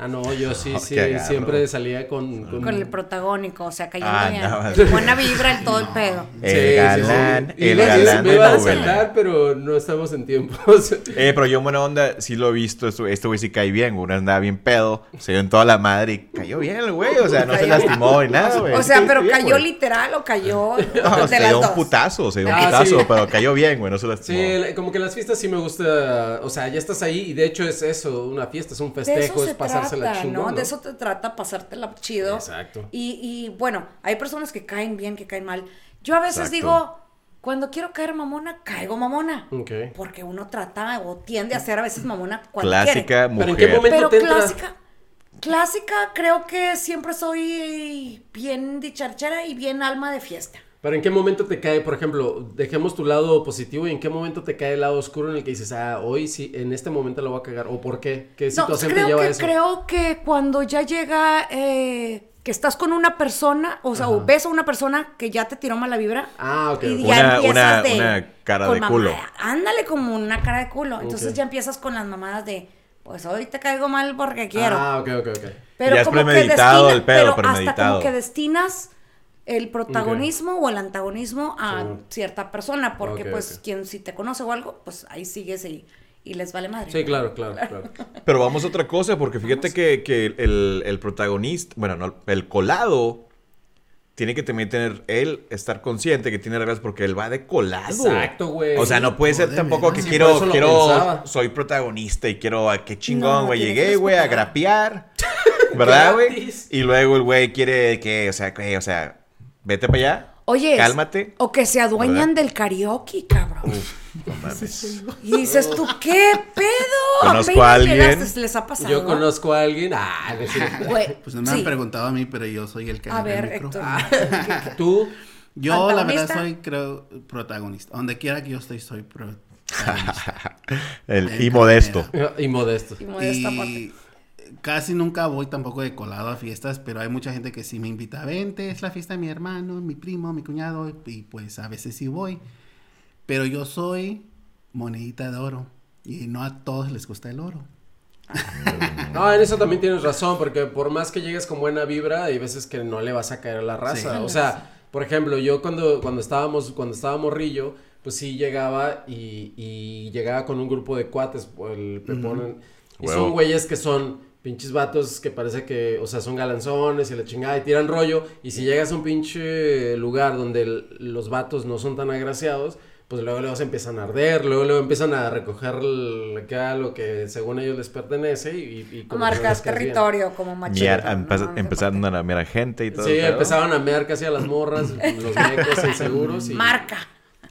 S6: Ah, no, yo sí, sí,
S5: Qué agarro.
S6: siempre salía con... con-
S3: Con el protagónico, o sea, cayendo
S5: Ah,
S3: bien.
S5: no.
S3: con Buena vibra y todo el pedo.
S5: El
S6: Sí, sí, sí.
S5: galán,
S6: Y
S5: el
S6: iba a decir,
S5: galán
S6: me
S5: de
S6: iba a
S5: novela.
S6: saltar, pero no estamos en tiempos.
S5: Eh, pero yo en buena onda sí lo he visto. Este este güey sí cae bien. Uno andaba bien pedo. Se dio en toda la madre y cayó bien el güey. O sea, no se
S3: Cayó.
S5: lastimó ni nada, güey.
S3: O sea, pero
S5: Bien,
S3: cayó
S5: Pues, güey.
S3: literal o cayó
S5: No,
S3: de
S5: se
S3: las
S5: dio
S3: dos.
S5: un putazo, se dio un
S6: Ah,
S5: putazo,
S6: sí.
S5: pero cayó bien, güey. No se
S6: Sí,
S5: lastimó.
S6: el- como que las fiestas sí me gusta, o sea, ya estás ahí y de hecho es eso, una fiesta, es un
S3: De eso
S6: festejo, es
S3: se
S6: pasársela
S3: trata,
S6: chingón,
S3: ¿no?
S6: ¿no?
S3: De eso te trata, pasártela chido.
S6: Exacto.
S3: Y, y, bueno, hay personas que caen bien, que caen mal. Yo a veces
S5: Exacto.
S3: digo, cuando quiero caer mamona, caigo mamona.
S5: Mm.
S6: Ok.
S3: Porque uno trata o tiende a ser a veces mamona cuando quiere.
S5: Clásica
S6: Pero
S5: mujer.
S6: ¿en qué momento
S3: Pero
S6: te entra?
S3: clásica, clásica creo que siempre soy bien dicharchera y bien alma de fiesta.
S1: Pero ¿en qué momento te cae, por ejemplo, dejemos tu lado positivo y en qué momento te cae el lado oscuro en el que dices, ah, hoy sí, en este momento lo voy a cagar? ¿O por qué? ¿Qué
S3: No,
S1: situación te
S3: creo
S1: lleva a
S3: que,
S1: eso?
S3: creo que cuando ya llega eh, que estás con una persona, o sea, o ves a una persona que ya te tiró mala vibra.
S1: Ah, ok,
S3: Y
S1: ok.
S3: ya
S2: Una-
S3: empiezas
S2: una-
S3: de,
S2: una cara
S3: con
S2: de culo.
S3: Ándale como una cara de culo. Entonces
S1: Ok.
S3: ya empiezas con las mamadas de, pues hoy te caigo mal porque quiero.
S1: Ah, ok, ok, ok.
S3: Pero
S2: Ya es
S3: como
S2: premeditado
S3: que destina-
S2: el pedo,
S3: pero hasta como
S2: premeditado.
S3: que destinas el protagonismo o el antagonismo a
S1: Sí.
S3: cierta persona, porque
S1: Ok,
S3: pues
S1: ok.
S3: quien si te conoce o algo, pues ahí sigues y, y les vale madre.
S1: Sí, claro, claro, claro.
S2: Pero vamos a otra cosa, porque fíjate que, que el, el protagonista, bueno, no, el colado, tiene que también tener, él estar consciente que tiene reglas porque él va de colado.
S1: Exacto, güey.
S2: O sea, no puede ser
S4: de
S2: tampoco
S1: Sí,
S2: que
S4: veras.
S1: por
S2: quiero,
S1: eso lo
S2: quiero,
S1: pensaba.
S2: soy protagonista y quiero, a qué
S3: No,
S2: chingón, güey,
S3: tienes que
S2: llegué, güey, a
S3: respetar.
S2: grapear, ¿verdad, güey?
S1: Gratis.
S2: Y luego el güey quiere que, o sea, que, o sea, vete para allá,
S3: Oye,
S2: cálmate.
S3: o que se adueñan del karaoke, cabrón.
S2: No mames.
S3: Y dices tú, ¿qué pedo?
S2: Conozco
S3: Apenas
S2: a alguien.
S3: llegaste, les ha pasado.
S1: Yo conozco a alguien. Ah, no es cierto.
S3: Güey,
S4: Pues no me
S3: sí.
S4: han preguntado a mí, pero yo soy el que
S3: A
S4: agarra el
S3: ver,
S4: micro.
S3: Héctor.
S1: Tú,
S4: Yo, la verdad,
S3: ¿Antagonista?
S4: soy, creo, protagonista. Donde quiera que yo estoy, soy protagonista.
S2: El y modesto.
S1: y modesto.
S3: Y modesta parte.
S4: y casi nunca voy tampoco de colado a fiestas, pero hay mucha gente que sí me invita. Vente, es la fiesta de mi hermano, mi primo, mi cuñado, y pues a veces sí voy. Pero yo soy monedita de oro. Y no a todos les gusta el oro.
S1: No, en eso también tienes razón, porque por más que llegues con buena vibra, hay veces que no le vas a caer a la raza.
S4: Sí.
S1: O sea, por ejemplo, yo cuando, cuando estábamos, cuando estaba morrillo, pues sí llegaba y, y llegaba con un grupo de cuates, o el Pepón. Y son
S2: Huevo.
S1: güeyes que son pinches vatos que parece que, o sea, son galanzones y la chingada y tiran rollo. Y si llegas a un pinche lugar donde el- los vatos no son tan agraciados, pues luego, luego se empiezan a arder, luego, luego empiezan a recoger el- acá lo que según ellos les pertenece y, y como que no les
S3: Marcas
S1: caes bien.
S3: territorio como
S2: Miar-
S3: machista.
S2: empe-
S3: No, no,
S2: empezando a mirar gente y todo.
S1: Sí,
S2: el pedo.
S1: empezaban a mear casi a las morras, los mecos inseguros y...
S3: Marca.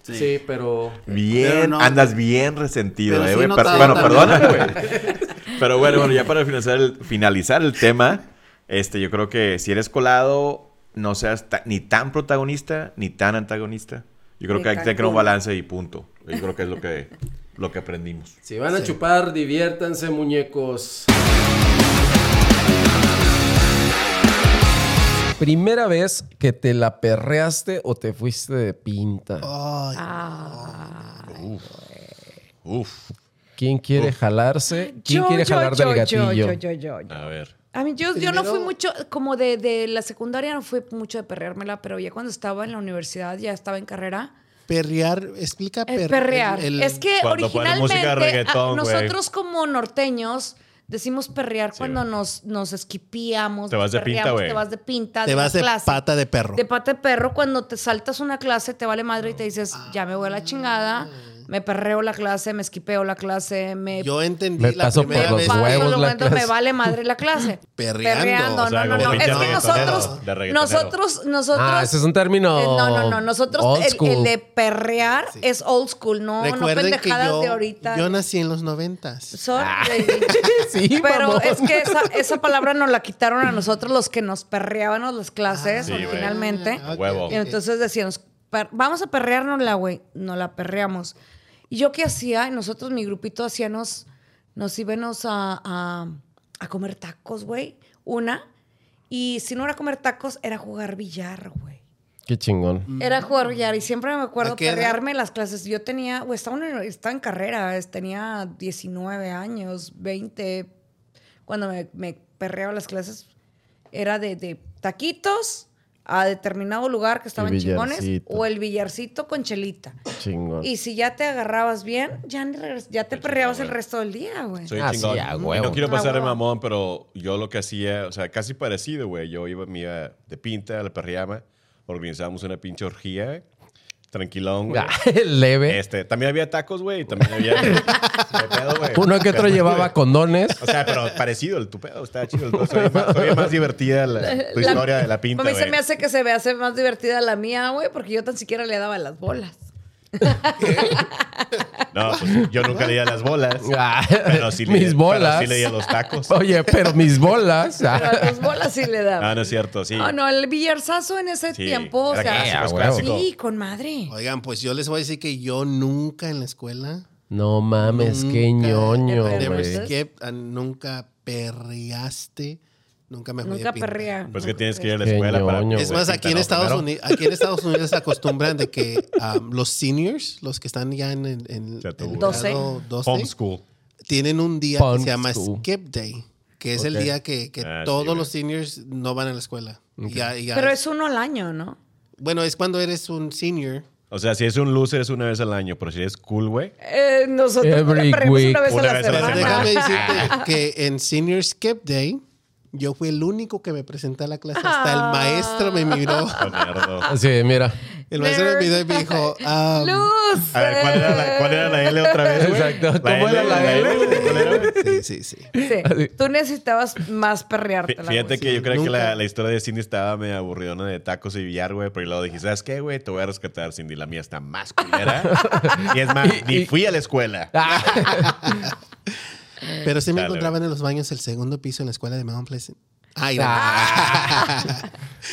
S1: Sí, pero...
S4: Pero
S2: Bien,
S4: no-
S2: andas bien resentido,
S4: Pero
S2: eh,
S4: sí
S2: güey.
S4: he
S2: Per-
S4: notado
S2: bueno,
S4: también.
S2: perdóname, güey. Pero bueno, bueno, ya para finalizar el, finalizar el tema, este, yo creo que si eres colado, no seas ta- ni tan protagonista ni tan antagonista. Yo creo
S3: Ni
S2: que hay que
S3: tan
S2: tener un
S3: culo.
S2: balance y punto. Yo creo que es lo que, lo que aprendimos.
S1: Si van a chupar, diviértanse, muñecos.
S7: Primera vez que te la perreaste o te fuiste de pinta.
S2: Uf,
S7: ¿Quién quiere jalarse? ¿Quién quiere jalar del gatillo?
S3: Yo, yo, yo, yo.
S2: a ver.
S3: A mí, yo, yo no fui
S1: Primero-
S3: mucho, como de, de la secundaria no fui mucho de perreármela, pero ya cuando estaba en la universidad, ya estaba en carrera,
S4: Perrear, explica
S3: Es
S4: per-
S3: perrear.
S4: el-
S3: es que
S8: Cuando ponen música
S3: originalmente
S8: de
S3: a-
S8: reggaetón, güey.
S3: nosotros como norteños decimos perrear cuando
S8: güey.
S3: nos, nos esquipiamos.
S8: Te vas de
S3: perreamos,
S8: pinta, güey.
S3: Te vas de pinta.
S4: te
S3: una
S4: vas de
S3: clase.
S4: pata de perro.
S3: De pata de perro, cuando te saltas una clase, te vale madre y te dices, ya me
S4: Ah.
S3: voy a la chingada, me perreo la clase, me esquipeo la clase, me
S4: Yo entendí
S7: Me
S4: la
S7: paso por
S4: primera
S7: los
S4: vez.
S3: paso,
S7: huevos,
S3: lo
S7: la
S3: cuento, me
S7: clase. Ah,
S3: vale madre la clase.
S4: Perreando, o sea,
S3: no, no, no.
S4: como
S3: Es
S4: de
S3: que
S4: reggaetonero,
S3: nosotros,
S8: de reggaetonero.
S3: nosotros, nosotros.
S7: Ah, ese es un término
S3: Eh, No, no, no. Nosotros,
S7: old
S3: el, el
S7: school.
S3: de perrear es old school, no, no
S4: Recuerden que
S3: pendejadas
S4: yo,
S3: de ahorita.
S4: yo nací en los noventas.
S3: Sorry,
S7: Ah. Sí,
S3: pero
S7: mamón.
S3: es que esa, esa palabra nos la quitaron a nosotros los que nos perreábamos las clases
S8: Sí, güey.
S3: originalmente.
S4: Ah, ok,
S8: Huevo.
S4: ok.
S3: Y entonces decíamos, "Per- vamos a perreárnosla, güey. Nos la perreamos. ¿Y yo qué hacía? Y Nosotros, mi grupito, hacíamos, nos íbamos a, a- a comer tacos, güey. Una. Y si no era comer tacos, era jugar billar, güey.
S7: Qué chingón.
S3: Era jugar billar y siempre me acuerdo
S4: ¿A qué edad?
S3: perrearme las clases. Yo tenía, o estaba, en, estaba en carrera, es- tenía 19 años, 20. Cuando me, me perreaba las clases, era de, de taquitos a determinado lugar que estaban chingones
S7: billarcito.
S3: o el billarcito con chelita.
S7: Chingón.
S3: Y si ya te agarrabas bien, ya, ni regres- ya te perreabas el resto del día, güey.
S8: Soy
S7: Ah,
S8: chingón.
S7: sí, a
S8: Y
S7: huevo.
S8: no quiero pasar de
S3: A huevo.
S8: mamón, pero yo lo que hacía, o sea, casi parecido, güey. Yo iba, me iba de pinta a la perriama, organizábamos una pinche orgía, tranquilón, güey.
S7: Ah, eh. Leve.
S8: Este, también había tacos, güey, y también había... de pedo, güey.
S7: Uno que otro
S8: Pero-
S7: llevaba condones.
S8: O sea, pero parecido el tu pedo, está chido. Todavía más, soy más divertida la, tu
S3: La-
S8: historia de la pinta,
S3: A mí
S8: güey.
S3: se me hace que se me hace más divertida la mía, güey, porque yo tan siquiera le daba las bolas.
S8: No, pues yo nunca leía las bolas.
S1: Ah,
S8: Pero sí leía,
S1: mis bolas.
S8: Pero sí leía los tacos.
S1: Oye, pero mis bolas. ah.
S3: Pero a los bolas sí le daba.
S8: Ah, No, no es cierto, sí.
S3: Ah, No, no, el billarzazo en ese
S8: Sí,
S3: tiempo, o
S8: era
S3: sea,
S8: clásico, es
S1: Ah, huevo.
S8: clásico.
S3: sí, con madre.
S4: Oigan, pues yo les voy a decir que yo nunca en la escuela,
S1: No mames, qué
S3: Mm,
S4: Nunca.
S1: ñoño,
S3: Never
S1: güey.
S3: skip.
S4: never skipped, ah, nunca perreaste, nunca me fui a
S3: Nunca
S4: pintar.
S3: perrea.
S8: Pues que tienes que ir a la
S1: Qué
S8: escuela para...
S1: ñoño,
S4: Es
S1: güey.
S4: más, aquí en,
S8: Píntalo
S4: Estados
S8: primero.
S4: Unidos, aquí en Estados Unidos se acostumbran de que um, los seniors, los que están ya en el, en,
S8: Se tuvo.
S4: el
S3: 12.
S4: grado 12,
S8: Homeschool.
S4: tienen un día que
S1: Punk
S4: se llama
S1: school.
S4: Skip Day, que es
S1: Ok.
S4: el día que, que
S8: Ah, sí,
S4: todos
S8: güey.
S4: los seniors no van a la escuela. Ya- ya-
S3: Pero es uno al año, ¿no?
S4: bueno, es cuando eres un senior.
S8: O sea, si es un loser es una vez al año, pero si eres cool, güey.
S3: Eh, nosotros
S1: Every
S3: perreamos
S1: week.
S3: una vez
S8: Una
S3: a la
S8: vez a la Ah.
S3: semana.
S8: Ajá.
S4: Déjame decirte que en Senior Skip Day, yo fui el único que me presenté a la clase. Hasta
S3: Ah.
S4: el maestro me miró.
S8: Oh, nerdo.
S1: Sí, mira.
S4: El maestro me miró y me dijo, ah,
S3: Luz. eh.
S8: A ver, ¿cuál era la, cuál era la L otra vez, güey?
S1: Exacto, ¿cómo era la L?
S8: ¿Cuál era, güey?
S4: sí, sí, sí.
S3: Sí, tú necesitabas más
S8: Fí-
S3: perrearte.
S8: Fíjate que yo creo que
S4: Nunca.
S8: la, la historia de Cindy estaba medio aburridona de tacos y billar, güey. Pero luego dije, ¿sabes qué, güey? Te voy a rescatar, Cindy. La mía está más culera. y es más,
S1: Y-
S8: ni
S1: y-
S8: fui a la escuela.
S1: Ah,
S4: Pero sí me
S8: Dale,
S4: encontraban en los baños del segundo piso en la escuela de Mount Pleasant. Ay, no.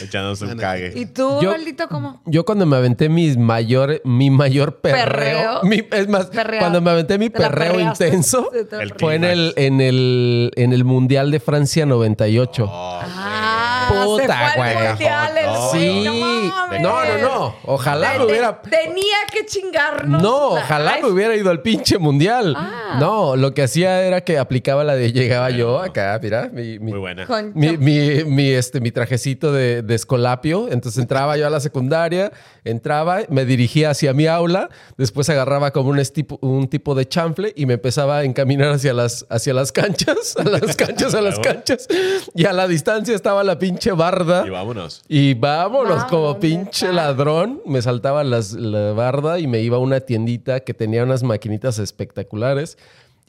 S8: Echándose un
S4: no.
S3: ¿Y
S8: cague.
S3: tú,
S1: Yo-
S3: maldito, cómo?
S1: Yo cuando me aventé mis mayor, mi mayor perreo,
S3: Perreo.
S1: mi- es más,
S3: Perreado.
S1: cuando me aventé mi
S3: ¿Te la
S1: perreo
S3: perreaste?
S1: intenso,
S3: Sí, te la
S8: El
S3: perreaste.
S1: fue en el, en el, en el Mundial de Francia 98.
S3: Ah,
S1: Puta,
S3: se fue al
S1: güey.
S3: mundial el
S8: No,
S3: güey,
S1: sí,
S3: mames.
S1: no, no, no. Ojalá
S3: Te-
S1: me hubiera.
S3: te- Tenía que chingarnos.
S1: No, ojalá
S3: Ay,
S1: me hubiera ido al pinche mundial.
S3: Ah.
S1: No, lo que hacía era que aplicaba la de llegaba yo acá, mira, mi, mi-
S8: Muy buena.
S3: con-
S1: mi, mi- mi, este, mi trajecito de, de escolapio. Entonces entraba yo a la secundaria, entraba, me dirigía hacia mi aula, después agarraba como un, estipo- un tipo de chanfle y me empezaba a encaminar hacia las, hacia las canchas, a las canchas, a las
S8: Claro.
S1: canchas. Y a la distancia estaba la pinche barda.
S8: Y vámonos.
S1: Y vámonos,
S3: Vámonos,
S1: como pinche
S3: neta.
S1: ladrón. Me saltaba las, la barda y me iba a una tiendita que tenía unas maquinitas espectaculares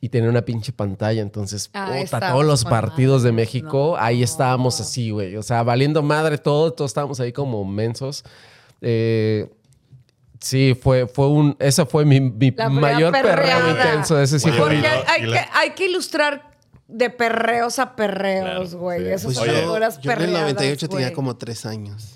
S1: y tenía una pinche pantalla. Entonces,
S3: Ah,
S1: puta,
S3: estabas
S1: todos los
S3: con
S1: partidos de
S3: madres,
S1: México,
S3: no.
S1: ahí estábamos así, güey. O sea, valiendo madre todo, todos estábamos ahí como mensos. Eh, sí, fue, fue un. Esa fue mi, mi
S3: La primera
S1: mayor perreo
S3: perreada.
S1: intenso. Ese sí
S8: Wow.
S1: fue.
S3: Porque
S8: Oye,
S3: hay, hay
S8: y
S3: que,
S8: la-
S3: hay que ilustrar de perreos a perreos,
S8: Claro,
S3: güey.
S8: sí.
S3: Esas
S4: Pues
S3: son
S8: Oye.
S3: las
S4: yo,
S3: puras
S4: yo en el
S3: perreadas,
S4: 98 tenía
S3: güey.
S4: como tres años.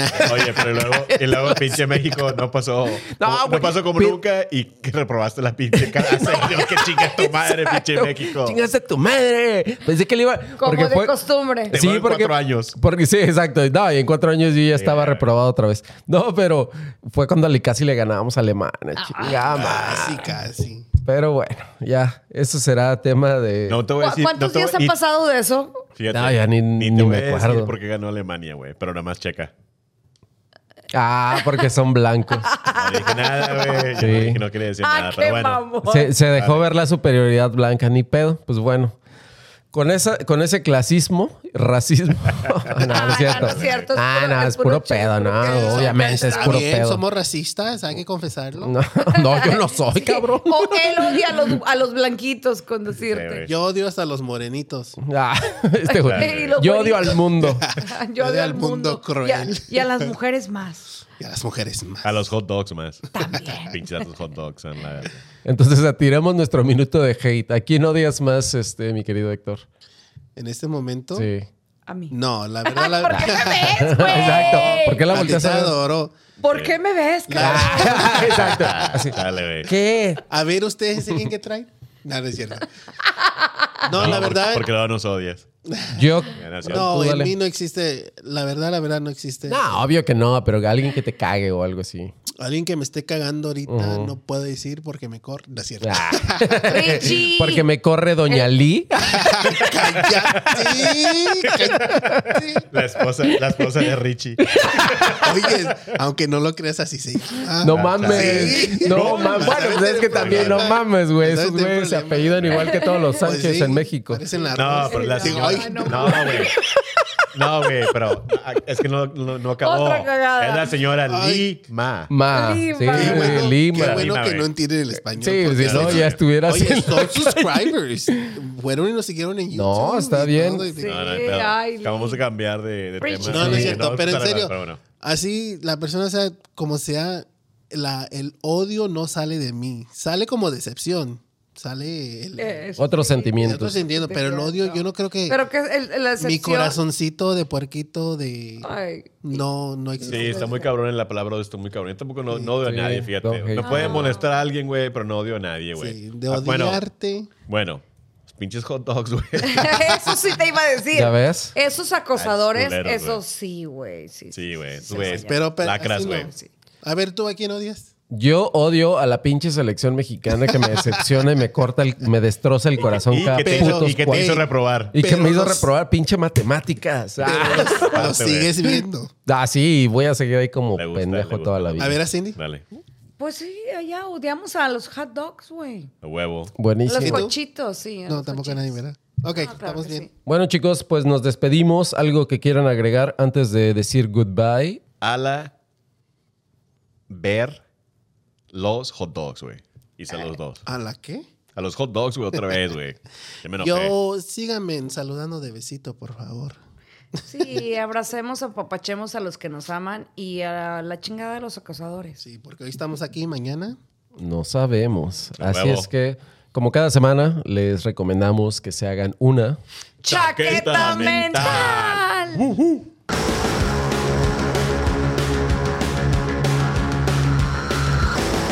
S1: Ah.
S8: Oye, pero luego, y luego pinche México no pasó. No,
S1: güey.
S8: pasó como
S1: Pi-
S8: nunca y que reprobaste la pinche cara. Señor, que chinga tu madre, pinche México.
S1: Chingaste tu madre. Pensé que le iba.
S3: Como
S1: porque
S3: de
S1: fue-
S3: costumbre.
S8: Te voy en cuatro años.
S1: Porque sí, exacto. No, y en cuatro años yo ya estaba
S8: ya, ya.
S1: reprobado otra vez. No, pero fue cuando le- casi le ganábamos a Alemania.
S3: Ah.
S1: chingada madre.
S4: Casi, casi.
S1: Pero bueno, ya. Eso será tema de.
S8: No te voy a
S3: ¿Cu-
S8: decir.
S3: ¿Cuántos
S8: no te voy-
S3: días han
S8: y-
S3: pasado de eso?
S8: Fíjate,
S1: No, ya ni- ni
S8: te
S1: me
S8: voy a decir
S1: acuerdo.
S8: por qué ganó Alemania, güey. Pero nada más checa.
S1: Ah, porque son blancos.
S8: No dije nada, güey. Yo
S1: Sí.
S8: no dije- no quería decir
S3: Ah,
S8: nada,
S3: qué
S8: pero bueno.
S3: mamón.
S1: se, se dejó ver la superioridad blanca, ni pedo. Pues bueno. Con, esa, con ese clasismo, racismo. no, no es cierto.
S3: no es cierto, es
S1: Ah,
S3: puro-
S1: no,
S3: es
S1: es puro
S3: puro chisme,
S1: pedo.
S3: puro
S1: No,
S3: pedo.
S1: obviamente es
S4: Está
S1: puro
S4: bien,
S1: pedo.
S4: somos racistas, hay que confesarlo.
S1: No, no, yo no soy, cabrón.
S3: O él odia a los, a los blanquitos con decirte.
S8: güey.
S4: Yo odio hasta los morenitos.
S1: Ah, este
S3: Y
S1: güey.
S3: lo
S1: Yo
S3: bonito.
S1: odio al mundo.
S3: Yo odio
S4: Odia
S3: al
S4: al
S3: mundo
S4: mundo cruel.
S3: Y a, y a las mujeres más.
S4: Y a las mujeres más.
S8: A los hot dogs más.
S3: También.
S8: Pinches datos hot dogs, son la verdad.
S1: Entonces atiremos nuestro minuto de hate. ¿A quién odias más, este, mi querido Héctor?
S4: En este momento,
S1: Sí.
S3: A mí.
S4: no, la verdad, la
S3: ¿Por qué
S4: verdad.
S3: me ves, güey?
S1: Exacto. ¿Por qué la
S4: Patita
S1: volteas
S4: de
S1: a
S4: oro.
S3: ¿Por qué me ves, cabrón?
S1: Exacto. Así.
S8: Dale, güey.
S1: ¿Qué?
S4: A ver, ustedes ese bien que traen. No, no es cierto. No, la
S8: porque-
S4: verdad.
S8: Porque luego nos odias.
S1: Yo.
S8: Ya, no es cierto.
S4: No,
S1: Tú
S4: en
S1: dale.
S4: mí no existe. La verdad, la verdad, no existe.
S1: No, obvio que no, pero alguien que te cague o algo así.
S4: Alguien que me esté cagando ahorita no puedo decir porque me corre. No es cierto.
S1: Ah.
S3: Richie.
S1: Porque me corre Doña Lee.
S4: ¡Cállate! cállate.
S8: La esposa, la esposa de Richie.
S4: Oye, aunque no lo creas así, sí. Ah,
S1: No
S8: Ah,
S1: mames.
S4: sí.
S1: No
S4: No,
S1: mames. Bueno,
S4: ¿sabes
S1: pues es
S4: del
S1: que también no
S4: problema?
S1: mames, güey.
S4: ¿Sabes
S1: Esos
S4: del
S1: güeyes se
S4: problema?
S1: apellidan igual que todos los
S4: pues
S1: Sánchez
S4: sí,
S1: en México.
S4: parecen
S8: No,
S4: largos.
S8: pero la
S3: Sí,
S8: señora.
S4: ay,
S3: no
S8: No, güey. No, güey, pero ah, es que no, no, no acabó.
S3: Otra cagada.
S8: Es la señora
S4: Ay.
S8: Lima.
S1: Ma.
S3: Lima.
S1: Sí,
S4: Qué bueno,
S1: Lima.
S4: qué bueno
S8: Lima,
S4: que
S8: güey.
S4: no entienden el español.
S1: Sí, pues,
S4: porque
S1: si no,
S4: oye,
S1: ya estuvieras.
S4: Oye,
S1: en-
S4: son subscribers. Fueron y nos siguieron en YouTube.
S1: No, está
S4: y
S1: bien.
S4: todo, y-
S3: Sí.
S8: No, no, pero
S3: ay,
S8: acabamos de cambiar de, de
S3: Richie.
S4: No,
S8: tema.
S4: no es
S8: Pues Sí,
S4: cierto, pero en
S8: pero-
S4: serio,
S8: pero bueno.
S4: así la persona sea como sea, la, el odio no sale de mí, sale como decepción, sale el...
S3: Es-
S1: Otros
S4: el otro
S1: sentimientos.
S4: sintiendo, pero el odio yo no creo que
S3: Eh, Pero que el, el- la
S4: mi
S3: excepción-
S4: corazoncito de puerquito de...
S3: Ay,
S4: No, no
S8: Sí,
S4: existe.
S8: está muy cabrón en la palabra, está muy cabrón. Yo tampoco no, no odio a
S1: Sí,
S8: nadie, fíjate.
S1: no hate.
S8: Me pueden molestar a alguien, güey, pero no odio a nadie, güey.
S4: Ah. Sí, de
S8: Ah, bueno,
S4: odiarte.
S8: bueno, los pinches hot dogs, güey.
S3: eso sí te iba a decir.
S1: ¿Ya ves?
S3: Esos acosadores,
S8: culeros,
S3: eso
S8: güey.
S3: sí, güey. Sí,
S8: Sí, güey.
S3: sí,
S8: tú
S3: se
S8: ves,
S3: vayan.
S4: Pero, pero
S8: Lacras,
S4: así no.
S8: güey.
S4: A ver, ¿tú a quién odias?
S1: Yo odio a la pinche selección mexicana que me decepciona y me corta, el- me destroza el corazón
S8: Y
S1: cada
S8: que te
S1: putos
S8: hizo- y que te
S1: cuatro.
S8: hizo reprobar.
S1: Y que
S4: Pero
S1: me hizo
S4: los-
S1: reprobar pinche matemáticas. Ah,
S4: Lo
S8: Aparte, güey.
S4: sigues viendo.
S1: Ah, sí, voy a seguir ahí como
S8: Le gusta, le
S1: pendejo
S8: gusta.
S1: toda la vida.
S4: A ver a Cindy.
S8: Dale,
S3: Pues sí, allá odiamos a los hot dogs, güey.
S8: a huevo.
S3: A los
S1: Buenísimo.
S4: ¿Y tú?
S3: cochitos, sí. a
S4: No,
S3: los
S4: tampoco a
S3: cochitos.
S4: nadie, ¿verdad? Ok,
S3: Ah, claro
S4: estamos
S3: que
S4: bien.
S3: sí.
S1: Bueno, chicos, pues nos despedimos. Algo que quieran agregar antes de decir goodbye.
S8: A la ver los hot dogs, güey. Hice a los dos.
S4: ¿A la qué?
S8: A los hot dogs, güey, otra vez, güey. Ya me enojé.
S4: Yo, síganme saludando de besito, por favor.
S3: Sí, abracemos, apapachemos a los que nos aman y a la chingada de los acosadores.
S4: Sí, porque hoy estamos aquí, mañana.
S1: No sabemos.
S8: A
S1: Así
S8: huevo.
S1: es que, como cada semana, les recomendamos que se hagan una
S3: Chaqueta,
S8: Chaqueta
S3: mental.
S8: mental.